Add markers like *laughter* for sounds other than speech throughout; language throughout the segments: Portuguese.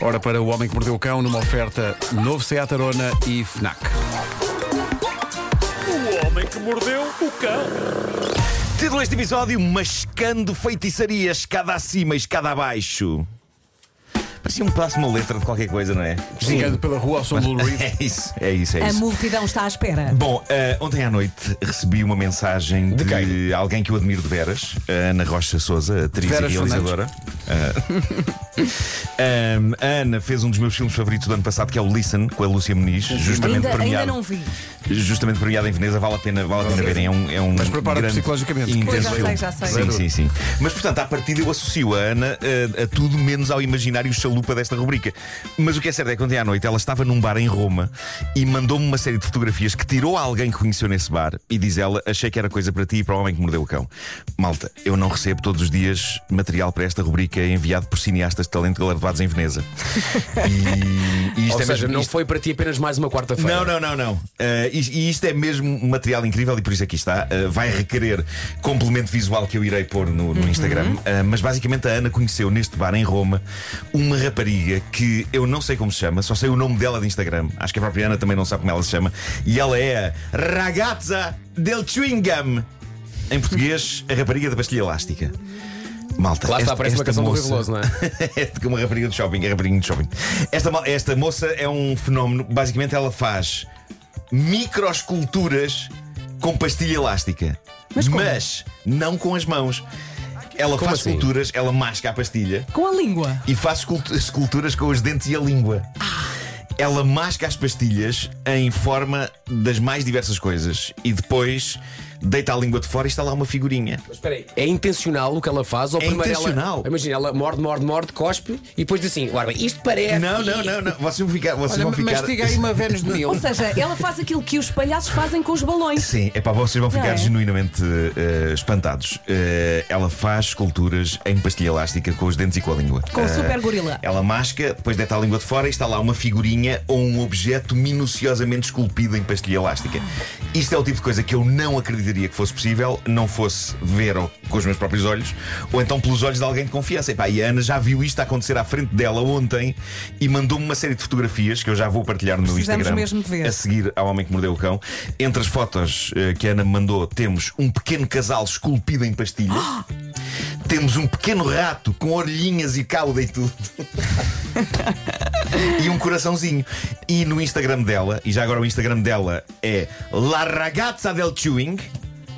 Ora, para o Homem que Mordeu o Cão, numa oferta novo Seat Arona e FNAC. O homem que mordeu o cão. Título deste episódio: Mascando feitiçaria, escada acima e escada abaixo. Parecia um pedaço de uma letra de qualquer coisa, não é? *laughs* Chegando pela rua ao som do Lou Reed. É isso, é isso, é A isso. multidão está à espera. Bom, eh, ontem à noite recebi uma mensagem de, quem? alguém que eu admiro de veras, a Ana Rocha Souza, atriz Veras e realizadora. *laughs* Ah, um, a Ana fez um dos meus filmes favoritos do ano passado, que é o Listen, com a Lúcia Muniz, justamente Ainda, ainda premiado. não vi. Justamente premiado em Veneza, vale a pena, vale a pena verem. É um, é um Mas prepara-te grande, psicologicamente. intenso Pois, já sei, filme. já sei. Sim, sim, sim. Mas portanto, à partida eu associo a Ana eh, a, tudo menos ao imaginário chalupa desta rubrica. Mas o que é certo é que ontem à noite ela estava num bar em Roma e mandou-me uma série de fotografias que tirou a alguém que conheceu nesse bar e diz ela: Achei que era coisa para ti e para o homem que mordeu o cão. Malta, eu não recebo todos os dias material para esta rubrica enviado por cineastas de talento galardoados em Veneza. *laughs* E, e isto Ou é seja, mesmo, não isto- foi para ti apenas mais uma quarta-feira. não, não, não, não. Eh, is- e isto é mesmo um material incrível e por isso aqui está. Eh, vai requerer complemento visual que eu irei pôr no, no Uhum. Instagram. Eh, mas basicamente a Ana conheceu neste bar em Roma uma rapariga que eu não sei como se chama, só sei o nome dela de Instagram. Acho que a própria Ana também não sabe como ela se chama. E ela é a Ragazza del Chewing Gum. Em português, a rapariga da pastilha elástica. Malta, Lá está, esta- parece uma esta canção do Rui moça- Veloso, não é? *laughs* é de uma rapariga de shopping, é rapariga de shopping. Esta, mo- esta moça é um fenómeno. Basicamente, ela faz microesculturas com pastilha elástica. Mas, não com as mãos. Ela faz assim? esculturas, ela masca a pastilha Com a língua. e faz escultu- esculturas com os dentes e a língua. Ela masca as pastilhas em forma das mais diversas coisas e depois deita a língua de fora e está lá uma figurinha. Espera aí. É intencional o que ela faz? Ou É primeiro intencional. ela. Imagina, ela morde, morde, morde, cospe e depois diz assim: Ora, bem, isto parece. Não, não, não, não. Vocês vão ficar. Vocês vão ficar... uma Vênus de Mil. Ou seja, ela faz aquilo que os palhaços fazem com os balões. Sim, é para vocês vão ficar é? genuinamente eh, espantados. Eh, ela faz esculturas em pastilha elástica com os dentes e com a língua. Com o Eh, super gorila. Ela masca, depois deita a língua de fora e está lá uma figurinha ou um objeto minuciosamente esculpido em pastilha elástica. Isto é o tipo de coisa que eu não acreditaria que fosse possível, não fosse ver ou- com os meus próprios olhos, ou então pelos olhos de alguém de confiança. Epá, e a Ana já viu isto a acontecer à frente dela ontem e mandou-me uma série de fotografias que eu já vou partilhar no meu Precisamos Instagram. mesmo de ver. A seguir ao Homem que Mordeu o Cão. Entre as fotos eh, que a Ana me mandou, temos um pequeno casal esculpido em pastilha. *gasps* Temos um pequeno rato com orelhinhas e cauda e tudo. *laughs* e um coraçãozinho. E no Instagram dela, e já agora o Instagram dela é La Ragazza del Chewing.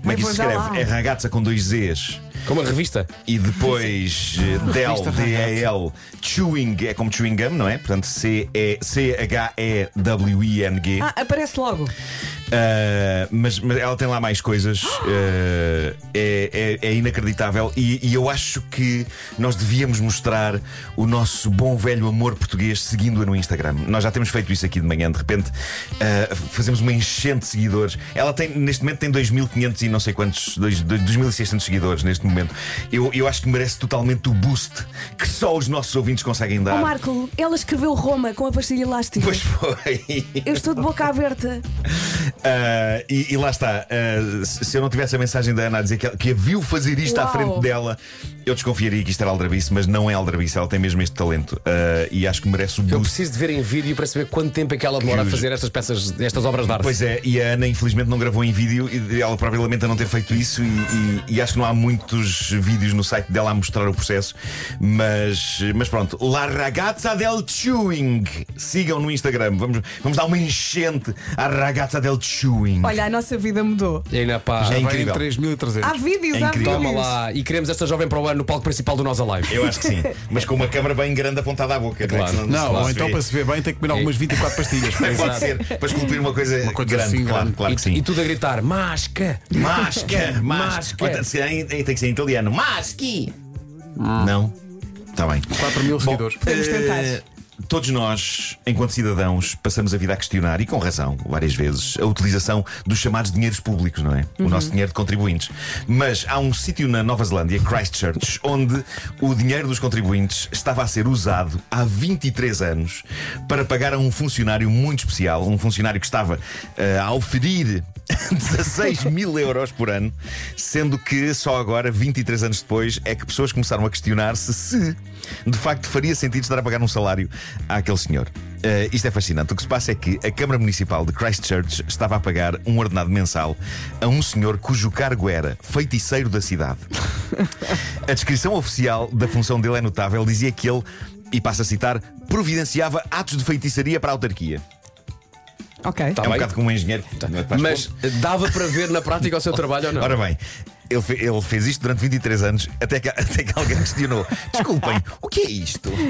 Como é que Ai, isso se vou já escreve? lá. É ragazza com dois Zs. Como a revista. E depois eh, Del, D-E-L, Chewing, é como chewing gum, não é? Portanto, C-E- C-H-E-W-I-N-G. Ah, aparece logo. Uh, mas, mas ela tem lá mais coisas. Uh, é, é- é inacreditável. E, e eu acho que nós devíamos mostrar o nosso bom velho amor português seguindo-a no Instagram. Nós já temos feito isso aqui de manhã. De repente uh, fazemos uma enchente de seguidores. Ela tem, neste momento, tem 2.500 e não sei quantos, dois- dois- 2.600 seguidores neste momento. Eu, eu acho que merece totalmente o boost que só os nossos ouvintes conseguem Ó dar. Marco, ela escreveu Roma com a pastilha elástica. Tá. Pois foi. Eu estou de boca aberta. Ah, e, e lá está. Ah, se se eu não tivesse a mensagem da Ana a dizer que, ela- que a viu fazer isto à Uau. frente dela, eu desconfiaria que isto era aldrabice, mas não é aldrabice. Ela tem mesmo este talento Ah, e acho que merece o Eu boost. preciso de ver em vídeo para saber quanto tempo é que ela demora a fazer estas peças, estas obras de arte. Pois é, e a Ana infelizmente não gravou em vídeo e ela própria lamenta não ter feito isso. E, e- e acho que não há muitos vídeos no site dela a mostrar o processo. Mas, mas pronto, La Ragazza del Chewing. Sigam no Instagram. Vamos, vamos dar uma enchente à Ragazza del Chewing. Olha, a nossa vida mudou. E ainda pá. Já- É Vai em incrível. 3.300. Há vídeos, É há incrível. É, vídeos. Toma lá. E queremos esta jovem para o ano no palco principal do Nós Alive. Eu acho que sim, mas com uma câmara bem grande apontada à boca. é? Claro. Senão Não, se ou vê. então para se ver bem tem que comer algumas É. 24 *laughs* pastilhas. Pode ser, para esculpir uma coisa, Uma coisa grande, assim, claro, grande. claro que E sim. tudo a gritar: Masca! Masca, masca. Masca. Ou tem que ser em- Tem que ser em italiano. Maschi. Não? Está bem. 4 mil seguidores. Podemos tentar. Eh, Todos nós, enquanto cidadãos, passamos a vida a questionar, e com razão, várias vezes, a utilização dos chamados dinheiros públicos, não é? Uhum. O nosso dinheiro de contribuintes. Mas há um sítio na Nova Zelândia, Christchurch, onde o dinheiro dos contribuintes estava a ser usado há 23 anos para pagar a um funcionário muito especial, um funcionário que estava eh, a oferir 16 mil euros por ano, sendo que só agora, 23 anos depois, é que pessoas começaram a questionar-se se de facto faria sentido estar a pagar um salário àquele senhor. Eh, isto é fascinante. O que se passa é que a Câmara Municipal de Christchurch estava a pagar um ordenado mensal a um senhor cujo cargo era feiticeiro da cidade. A descrição oficial da função dele é notável. Dizia que ele, e passo a citar, providenciava atos de feitiçaria para a autarquia. Ok. Tá é um bem. Tá. bocado como um engenheiro. Faz Mas dava para ver na prática o seu trabalho ou não? Ora bem, ele, fe- ele fez isto durante 23 anos até que, *laughs* até que alguém questionou: desculpem, o que é isto? *laughs*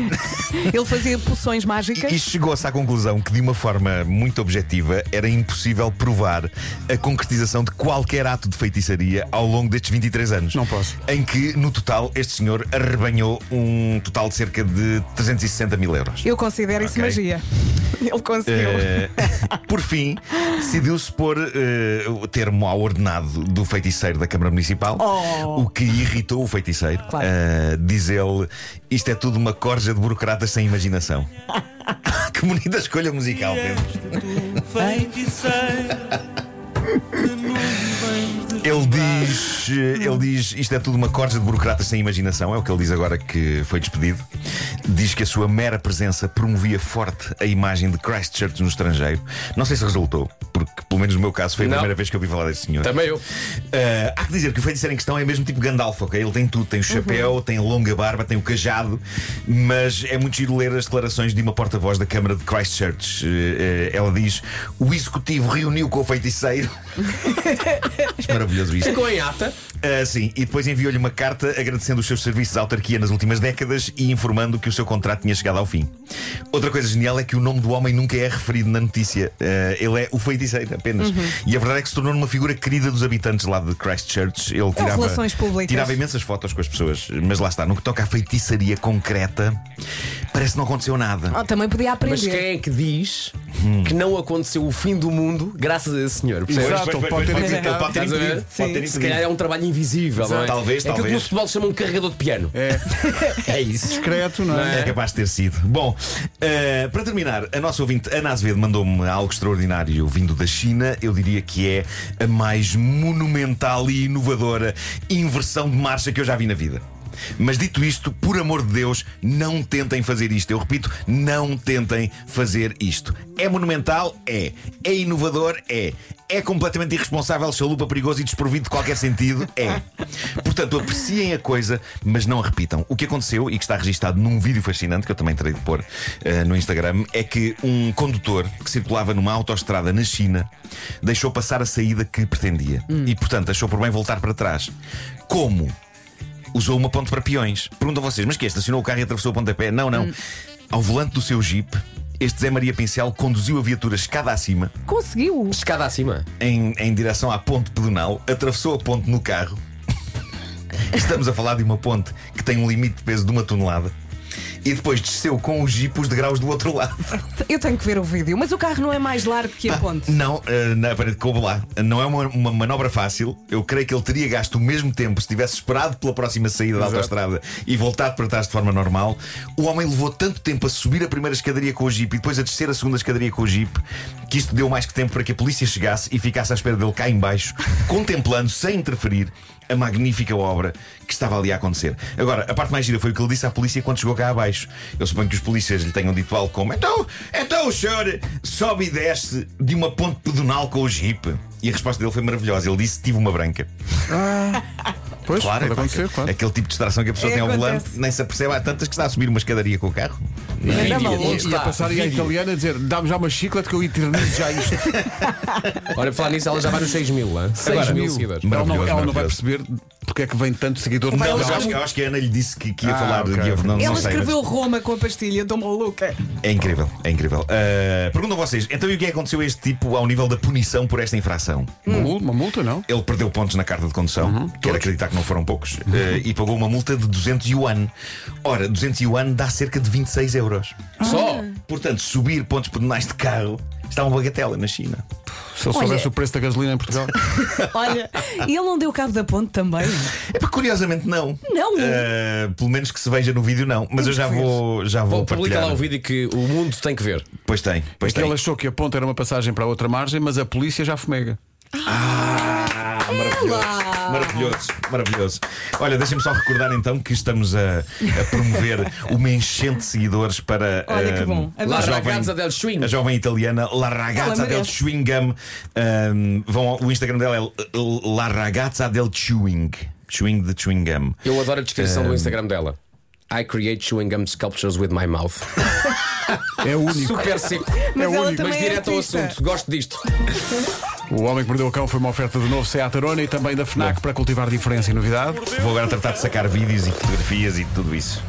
Ele fazia poções mágicas. E, e chegou-se à conclusão que, de uma forma muito objetiva, era impossível provar a concretização de qualquer ato de feitiçaria ao longo destes 23 anos. Não posso. Em que, no total, este senhor arrebanhou um total de cerca de 360 mil euros. Eu considero isso Ok. magia. Ele conseguiu. Eh, por fim, decidiu-se pôr eh, o termo ao ordenado do feiticeiro da Câmara Municipal, Oh. o que irritou o feiticeiro. Claro. Eh, diz ele: isto é tudo uma corja de burocratas sem imaginação. *laughs* que bonita escolha musical, Pedro. Ele diz, eh, ele diz, isto é tudo uma corja de burocratas sem imaginação, é o que ele diz agora que foi despedido. Diz que a sua mera presença promovia forte a imagem de Christchurch no estrangeiro. Não sei se resultou, porque pelo menos no meu caso foi a Não. primeira vez que eu ouvi falar deste senhor. Também eu. Eh, há que dizer que o feiticeiro em questão é mesmo tipo Gandalf, ok? Ele tem tudo, tem o chapéu, tem a longa barba, tem o cajado, mas é muito giro ler as declarações de uma porta-voz da Câmara de Christchurch. Eh, eh, ela diz: o executivo reuniu com o feiticeiro. *laughs* Acho maravilhoso isto. Ficou em ata. Ah, sim, e depois enviou-lhe uma carta agradecendo os seus serviços à autarquia nas últimas décadas e informando que o seu contrato tinha chegado ao fim. Outra coisa genial é que o nome do homem nunca é referido na notícia. Ah, ele é o feiticeiro apenas. Uhum. E a verdade é que se tornou uma figura querida dos habitantes lá de Christchurch. Ele tirava, relações públicas. tirava imensas fotos com as pessoas, mas lá está, no que toca à feitiçaria concreta, parece que não aconteceu nada. Ah, também podia Mas aprender. quem é que diz Hum. que não aconteceu o fim do mundo graças a esse senhor? percebes? Exato, pode ter pois, evitado. ele pode ter Estás a ver? impedido, pode ter Se impedido. calhar é um trabalho invisível, não é? Talvez, é aquilo que talvez. no futebol se chama um carregador de piano. *laughs* É, isso. Discreto, não é? É capaz de ter sido. Bom, eh, para terminar, a nossa ouvinte Ana Azevedo mandou-me algo extraordinário vindo da China. Eu diria que é a mais monumental e inovadora inversão de marcha que eu já vi na vida. Mas dito isto, por amor de Deus, não tentem fazer isto. Eu repito, não tentem fazer isto. É monumental? É. É inovador? É. É completamente irresponsável, chalupa, perigoso e desprovido de qualquer sentido? É. Portanto, apreciem a coisa, mas não a repitam. O que aconteceu, e que está registado num vídeo fascinante, que eu também terei de pôr eh, no Instagram, é que um condutor que circulava numa autoestrada na China deixou passar a saída que pretendia. E, portanto, achou por bem voltar para trás. Como? usou uma ponte para peões. Perguntam vocês, mas que é? Estacionou o carro e atravessou o pontapé? Não, não. Ao volante do seu jeep, este Zé Maria Pincel conduziu a viatura escada acima, Conseguiu. Escada acima. em, em direção à ponte pedonal, atravessou a ponte no carro. *laughs* Estamos a falar de uma ponte que tem um limite de peso de uma tonelada. E depois desceu com o jeep os degraus do outro lado. Eu tenho que ver o vídeo, mas o carro não é mais largo que a ponte. Não, eh, na parede coube lá. Não é uma, uma manobra fácil. Eu creio que ele teria gasto o mesmo tempo se tivesse esperado pela próxima saída da autostrada e voltado para trás de forma normal. O homem levou tanto tempo a subir a primeira escadaria com o jeep e depois a descer a segunda escadaria com o jeep que isto deu mais que tempo para que a polícia chegasse e ficasse à espera dele cá em baixo, contemplando sem interferir a magnífica obra que estava ali a acontecer. Agora, a parte mais gira foi o que ele disse à polícia quando chegou cá abaixo. Eu suponho que os polícias lhe tenham dito algo como: Então, então o senhor sobe e desce de uma ponte pedonal com o jeep. E a resposta dele foi maravilhosa. Ele disse: Tive uma branca. Pois, Claro, pode epá, acontecer, aquele, claro. aquele tipo de distração que a pessoa É, tem ao acontece. volante, nem se apercebe há tantas que está a subir uma escadaria com o carro. Vídeo. não, E- Onde e- e a está? passar e a Vídeo. italiana a dizer dá-me já uma chiclete que eu eternizo já isto. Olha, falar nisso, ela já vai nos 6 mil, hã? 6 Agora, mil seguidores. Ela não, Maravilhoso, ela não vai maravilhoso. perceber porque é que vem tanto seguidor no Não, mas eu canal. acho, que- eu acho que a Ana lhe disse que, que ia Ah, falar de ok, Guia- ok. não- não um- Ela sei, mas- escreveu Roma com a pastilha, estou *laughs* maluca. É incrível, é incrível. Uh, pergunto a vocês, então e o que é que aconteceu a este tipo ao nível da punição por esta infração? Uma multa, uma multa, não? Ele perdeu pontos na carta de condução, quero acreditar que não foram poucos, uh, e pagou uma multa de 200 yuan. Ora, 200 yuan dá cerca de 26 euros. Só? Portanto, subir pontos pedonais de carro está uma bagatela na China. Se ele soubesse o preço da gasolina em Portugal. Olha, e ele não deu cabo da ponte também. É porque curiosamente não. Não. Uh, pelo menos que se veja no vídeo, não. Mas eu já vou, já vou Bom, publica partilhar. lá o vídeo que o mundo tem que ver. Pois tem, pois Porque ele tem. achou que a ponta era uma passagem para a outra margem, mas a polícia já fomega. Ah, maravilhoso, maravilhoso, maravilhoso. Olha, deixem-me só recordar então que estamos a, a *laughs* promover uma enchente de seguidores para Olha que ah, bom. a La Agora- Ragazza del Swing. a jovem italiana La Ragazza Ela del merece. Chewing Gum. Ahm, vão ao- o Instagram dela é La Ragazza del Chewing. Chewing de Chewing Gum. Eu adoro a descrição do Instagram dela. I create chewing gum sculptures with my mouth. É o único. Super seco. Mas ela único, também Mas é direto ao artista. assunto. Gosto disto. O Homem que Mordeu o Cão foi uma oferta do novo Seat Arona e também da FNAC para cultivar diferença e novidade. Vou agora tratar de sacar vídeos e fotografias e tudo isso.